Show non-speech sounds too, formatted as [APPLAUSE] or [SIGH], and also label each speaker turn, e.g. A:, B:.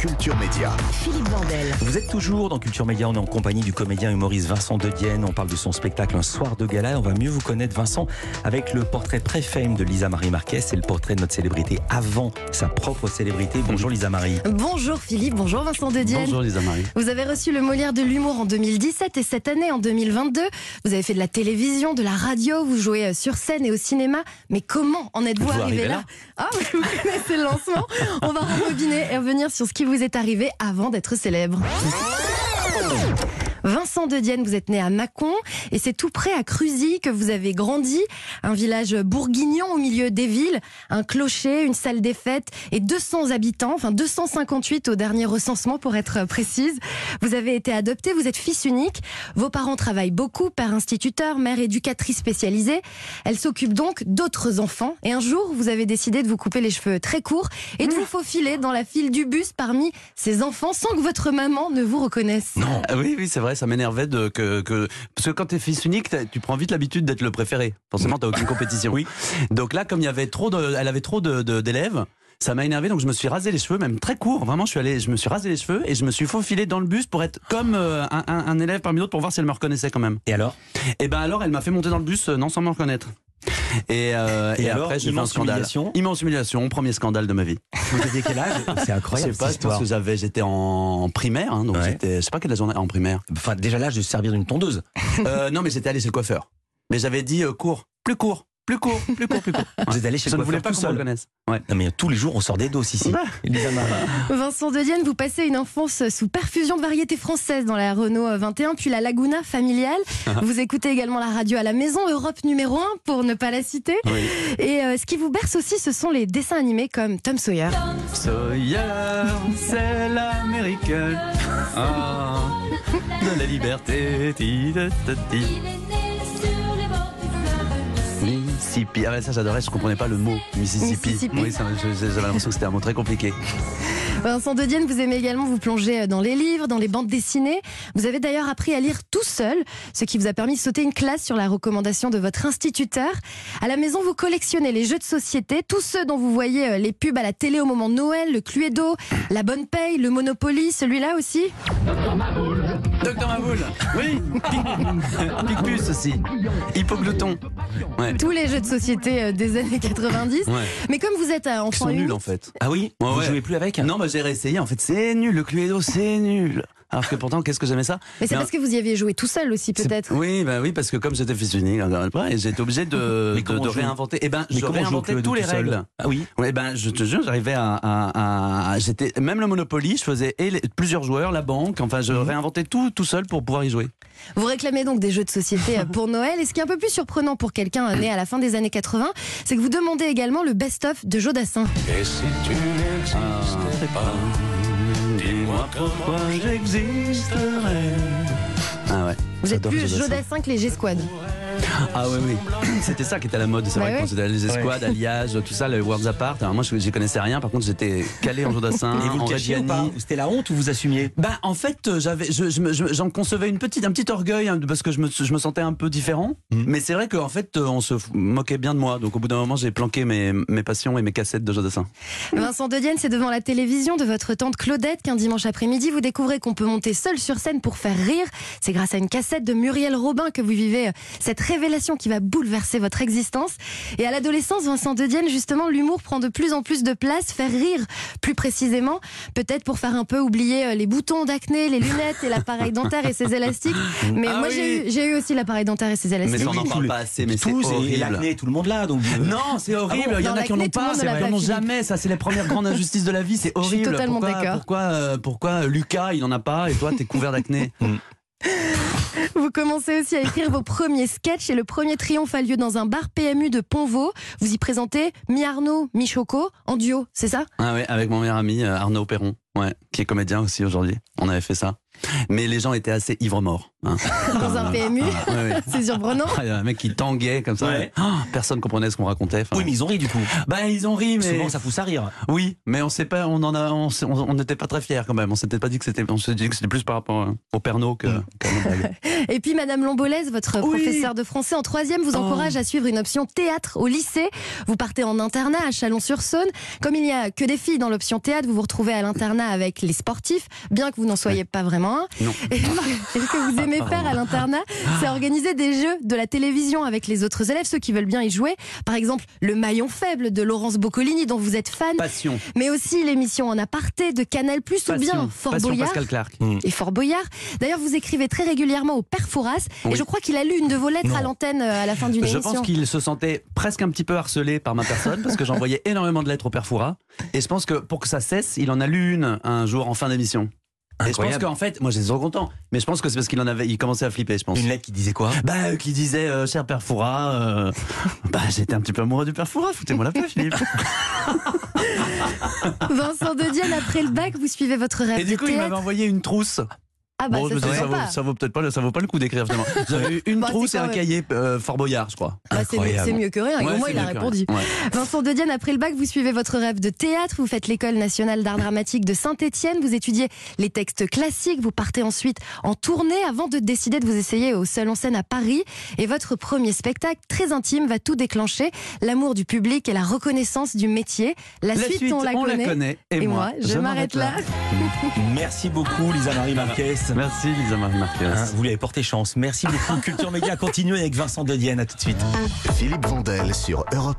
A: Culture Média.
B: Philippe Vandel.
C: Vous êtes toujours dans Culture Média, on est en compagnie du comédien humoriste Vincent Dedienne. On parle de son spectacle Un soir de gala. On va mieux vous connaître, Vincent, avec le portrait pré-fame de Lisa Marie Marquez. C'est le portrait de notre célébrité avant sa propre célébrité. Bonjour Lisa Marie.
B: Bonjour Philippe, bonjour Vincent Dedienne.
D: Bonjour Lisa Marie.
B: Vous avez reçu le Molière de l'humour en 2017 et cette année en 2022. Vous avez fait de la télévision, de la radio, vous jouez euh, sur scène et au cinéma. Mais comment en êtes-vous
C: Vous
B: arrivé
C: arrivez
B: là,
C: là
B: Ah, [LAUGHS] mais vous connaissez le lancement. On va rembobiner et revenir sur ce qui vous est arrivé avant d'être célèbre. Vincent Dedienne, vous êtes né à Mâcon et c'est tout près à Cruzy que vous avez grandi, un village bourguignon au milieu des villes, un clocher, une salle des fêtes et 200 habitants, enfin 258 au dernier recensement pour être précise. Vous avez été adopté, vous êtes fils unique, vos parents travaillent beaucoup, père instituteur, mère éducatrice spécialisée. Elle s'occupe donc d'autres enfants et un jour, vous avez décidé de vous couper les cheveux très courts et de vous faufiler dans la file du bus parmi ces enfants sans que votre maman ne vous reconnaisse.
C: Non.
D: Ah oui, oui, c'est vrai, ça m'énervait de que, que- parce que quand t'es fils unique, t'as- tu prends vite l'habitude d'être le préféré. Forcément, t'as aucune
C: [LAUGHS]
D: compétition.
C: Oui.
D: Donc là, comme il y avait trop de, elle avait trop de- de- d'élèves. ça m'a énervé, donc je me suis rasé les cheveux, même très court. Vraiment, je suis allé, je me suis rasé les cheveux et je me suis faufilé dans le bus pour être comme euh, un, un- un élève parmi d'autres pour voir si elle me reconnaissait quand même.
C: Et alors
D: Et ben alors, elle m'a fait monter dans le bus euh, non sans me reconnaître. Et, euh,
C: Et alors,
D: après, j'ai fait un
C: immense
D: scandale. [LAUGHS]
C: humiliation
D: Immense humiliation, premier scandale de ma vie.
C: Vous avez quel âge C'est
D: je
C: incroyable.
D: sais pas,
C: cette
D: je pense
C: histoire.
D: que j'avais, j'étais en primaire, hein, donc
C: Ouais.
D: j'étais, je sais pas quelle journée en primaire.
C: Enfin, déjà l'âge de se servir d'une tondeuse.
D: Euh, non, mais j'étais allé chez le coiffeur. Mais j'avais dit euh, court, plus court, plus court, plus court, plus [LAUGHS] court.
C: Vous êtes allé chez
D: Je
C: le
D: ne voulais pas
C: coiffeur
D: qu'on me
C: tout seul.
D: reconnaisse. Ah Ouais.
C: Non mais tous les jours on sort des doses ici. Lisa Marie.
B: Vincent Dedienne, vous passez une enfance sous perfusion de variétés françaises dans la Renault euh, 21, puis la Laguna familiale. Vous écoutez également la radio à la maison, Europe numéro 1 pour ne pas la citer.
D: Oui.
B: Et euh, ce qui vous berce aussi, ce sont les dessins animés comme Tom Sawyer.
D: Sawyer, c'est l'américaine. Ah, de la liberté. Ti, da, da, ti. Mississippi. Ah ouais, ça j'adorais, je comprenais pas le mot Mississippi.
B: Mississippi.
D: Oui, ça, je- j'avais l'impression que c'était un mot très compliqué.
B: Vincent Dedienne, vous aimez également vous plonger euh, dans les livres, dans les bandes dessinées. Vous avez d'ailleurs appris à lire tout seul, ce qui vous a permis de sauter une classe sur la recommandation de votre instituteur. À la maison, vous collectionnez les jeux de société, tous ceux dont vous voyez euh, les pubs à la télé au moment de Noël, le Cluedo, la Bonne Paye, le Monopoly, celui-là aussi.
D: Docteur Maboul, oui. Pic- Picpus aussi. Hypoglouton. Ouais.
B: Tous les jeux de société euh, des années 90.
D: Ouais.
B: Mais comme vous êtes euh,
D: Qui
B: enfant
D: sont nuls hein.
B: unique,
D: en fait.
C: Ah oui
D: Ouais,
C: Vous
D: ouais.
C: jouez plus avec
D: Non, bah, j'ai réessayé. En fait, c'est nul. Le Cluedo, c'est nul. Alors que pourtant, qu'est-ce que j'aimais ça
B: mais c'est
D: Non.
B: parce que vous y aviez joué tout seul aussi
D: C'est-
B: peut-être.
D: Oui, bah oui, parce que comme j'étais fils unique, encore une fois, et j'étais obligé de,
C: [LAUGHS] Mais
D: de,
C: comment
D: de
C: on joue
D: réinventer. Eh ben,
C: Mais
D: je
C: comment on joue au
D: réinventais
C: Cluedo
D: tous les
C: tout seul
D: règles.
C: Ah oui.
D: Ouais, ben, je te jure, j'arrivais à, à- à- j'étais même le Monopoly, je faisais et les- plusieurs joueurs, la banque. Enfin, je
C: Mhm.
D: réinventais tout tout seul pour pouvoir y jouer.
B: Vous réclamez donc des jeux de société euh, pour Noël. Et ce qui est un peu plus surprenant pour quelqu'un euh, né à la fin des années 80, c'est que vous demandez également le best-of de Jodassin.
E: Et si tu n'existes pas, dis-moi pourquoi j'existerais.
D: Ah ouais.
B: Vous êtes
D: J'adore
B: plus
D: Jodassin.
B: Jodassin que les G-Squad.
D: Ah oui, oui. C'était ça qui était à la mode. C'est
B: Bah
D: vrai que
B: ouais.
D: quand c'était les escouades, Alliage, tout ça, le Worlds Apart. Alors moi, je j'y connaissais rien. Par contre, j'étais calé en Jodassin,
C: Et vous
D: en
C: le cachiez ou
D: Reggiani.
C: pas C'était la honte ou vous assumiez
D: Bah en fait euh, j'avais je- je me- je- j'en concevais une petite un petit orgueil hein, parce que je me, je me sentais un peu différent mais c'est vrai qu'en fait euh, on se f- moquait bien de moi donc au bout d'un moment j'ai planqué mes, mes passions et mes cassettes de Jodassin.
B: Vincent Dedienne, c'est devant la télévision de votre tante Claudette qu'un dimanche après-midi, vous découvrez qu'on peut monter seul sur scène pour faire rire. C'est grâce à une cassette de Muriel Robin que vous vivez euh, cette révélation qui va bouleverser votre existence. Et à l'adolescence, Vincent Dedienne, justement, l'humour prend de plus en plus de place, faire rire plus précisément, peut-être pour faire un peu oublier euh, les boutons d'acné, les lunettes et l'appareil dentaire et ses
D: [LAUGHS]
B: élastiques. Mais
D: Ah
B: moi,
D: oui.
B: j'ai eu, j'ai eu aussi l'appareil dentaire et ses
D: Mais
B: élastiques.
D: ça, on n'en parle pas assez Eh, mais c'est
C: Tous et- et
D: horrible.
C: l'acné, tout le monde là. Donc, euh,
D: Non, c'est horrible.
B: Ah bon
D: Il y en
B: Non,
D: a qui en ont
B: l'acné, tout le
D: pas,
B: monde
D: c'est
B: ne l'a
D: vrai,
B: pas,
D: ils en ont
B: Philippe.
D: jamais. Ça, c'est les
B: [LAUGHS]
D: premières grandes injustices de la vie. C'est
B: suis
D: horrible.
B: totalement
D: pourquoi,
B: d'accord.
D: Pourquoi, euh, pourquoi Lucas, il en a pas et toi, t'es
B: [LAUGHS]
D: couvert d'acné
B: Vous commencez aussi à écrire vos premiers sketchs et le premier triomphe a lieu dans un bar PMU de Pontvaux. Vous y présentez mi Arnaud, mi Choco en duo, c'est ça
D: Ah ouais, avec mon meilleur ami euh, Arnaud Perron, ouais, qui est comédien aussi aujourd'hui. On avait fait ça. Mais les gens étaient assez ivres morts. hein.
B: dans un PMU.
D: Ah, ouais, ouais.
B: C'est surprenant.
D: Ah, [LAUGHS] il y a un mec qui tanguait comme ça.
C: Ouais.
D: Ah, personne comprenait ce qu'on racontait. Enfin,
C: Oui, mais ils ont ri du coup.
D: bah, ils ont ri, mais
C: Souvent, ça pousse à rire.
D: oui, mais on sait pas, on en a, on s'est- on on n'était pas très fiers quand même. On s'était pas dit que c'était, on se dit que c'était plus par rapport euh, au Pernod que.
C: Mm.
D: qu'à nos blagues.
B: Et puis Madame Lombolaise, votre
D: Oui.
B: professeure de français en troisième, vous
D: Oh.
B: encourage à suivre une option théâtre au lycée. Vous partez en internat à Chalon-sur-Saône. Comme il n'y a que des filles dans l'option théâtre, vous vous retrouvez à l'internat avec les sportifs, bien que vous n'en soyez pas vraiment un.
D: Non.
B: [LAUGHS]
D: Ah.
B: Et ce que vous aimez faire à l'internat, c'est organiser des jeux de la télévision avec les autres élèves, ceux qui veulent bien y jouer. Par exemple, le maillon faible de Laurence Boccolini, dont vous êtes fan,
D: Passion.
B: mais aussi l'émission En aparté de Canal+, ou bien
D: Passion.
B: Fort
D: Passion
B: Boyard
D: Pascal Clark.
B: et Fort Boyard. D'ailleurs, vous écrivez très régulièrement au Père Fouras, et
D: Oui.
B: je crois qu'il a lu une de vos lettres
C: Non.
B: à l'antenne euh, à la fin d'une
D: Je
B: émission.
D: pense qu'il se sentait presque un petit peu harcelé par ma personne parce que j'envoyais [LAUGHS] énormément de lettres au père Foura. Et je pense que pour que ça cesse, il en a lu une un jour en fin d'émission. Et je pense
C: Incroyable.
D: qu'en fait, moi j'étais trop content, mais je pense que c'est parce qu'il en avait, il commençait à flipper, je pense.
C: Une lettre qui disait quoi
D: Bah, euh, qui disait, euh, cher père Foura, euh, bah j'étais un petit peu amoureux du père Foura, foutez-moi la paix, Philippe.
B: Vincent De Dienne, après le bac, vous suivez votre rêve
D: Et du
B: de
D: coup, il
B: théâtre.
D: m'avait envoyé une trousse.
B: Ah bah
D: bon, je
B: ça,
D: me
B: c'est
D: suis dit, ça
B: sympa.
D: vaut, ça vaut peut-être pas, le- ça vaut pas le coup d'écrire finalement. J'avais eu une
B: Bah, c'est
D: trousse et
B: quand
D: un
B: même-
D: cahier euh, Fort Boyard, je crois.
B: Bah, c'est mieux-
C: Incroyable.
B: c'est mieux que rien. et
D: Ouais,
B: au moins,
D: c'est
B: il a
D: bien que-
B: répondu.
D: ouais.
B: Vincent De Dienne, après le bac, vous suivez votre rêve de théâtre. Vous faites l'école nationale d'art dramatique de Saint-Étienne. Vous étudiez les textes classiques. Vous partez ensuite en tournée avant de décider de vous essayer au seul en scène à Paris. Et votre premier spectacle, très intime, va tout déclencher l'amour du public et la reconnaissance du métier. La, suite, on la connaît.
D: Et,
B: Et moi, je m'arrête là.
C: Merci beaucoup, Lisa-Marie Marquez.
D: Merci Lisa Marie Marquez.
C: Hein, vous lui avez porté [LAUGHS] chance. Merci beaucoup. Culture Média continue avec Vincent Dedienne. À tout de suite.
A: Philippe Vandel sur Europe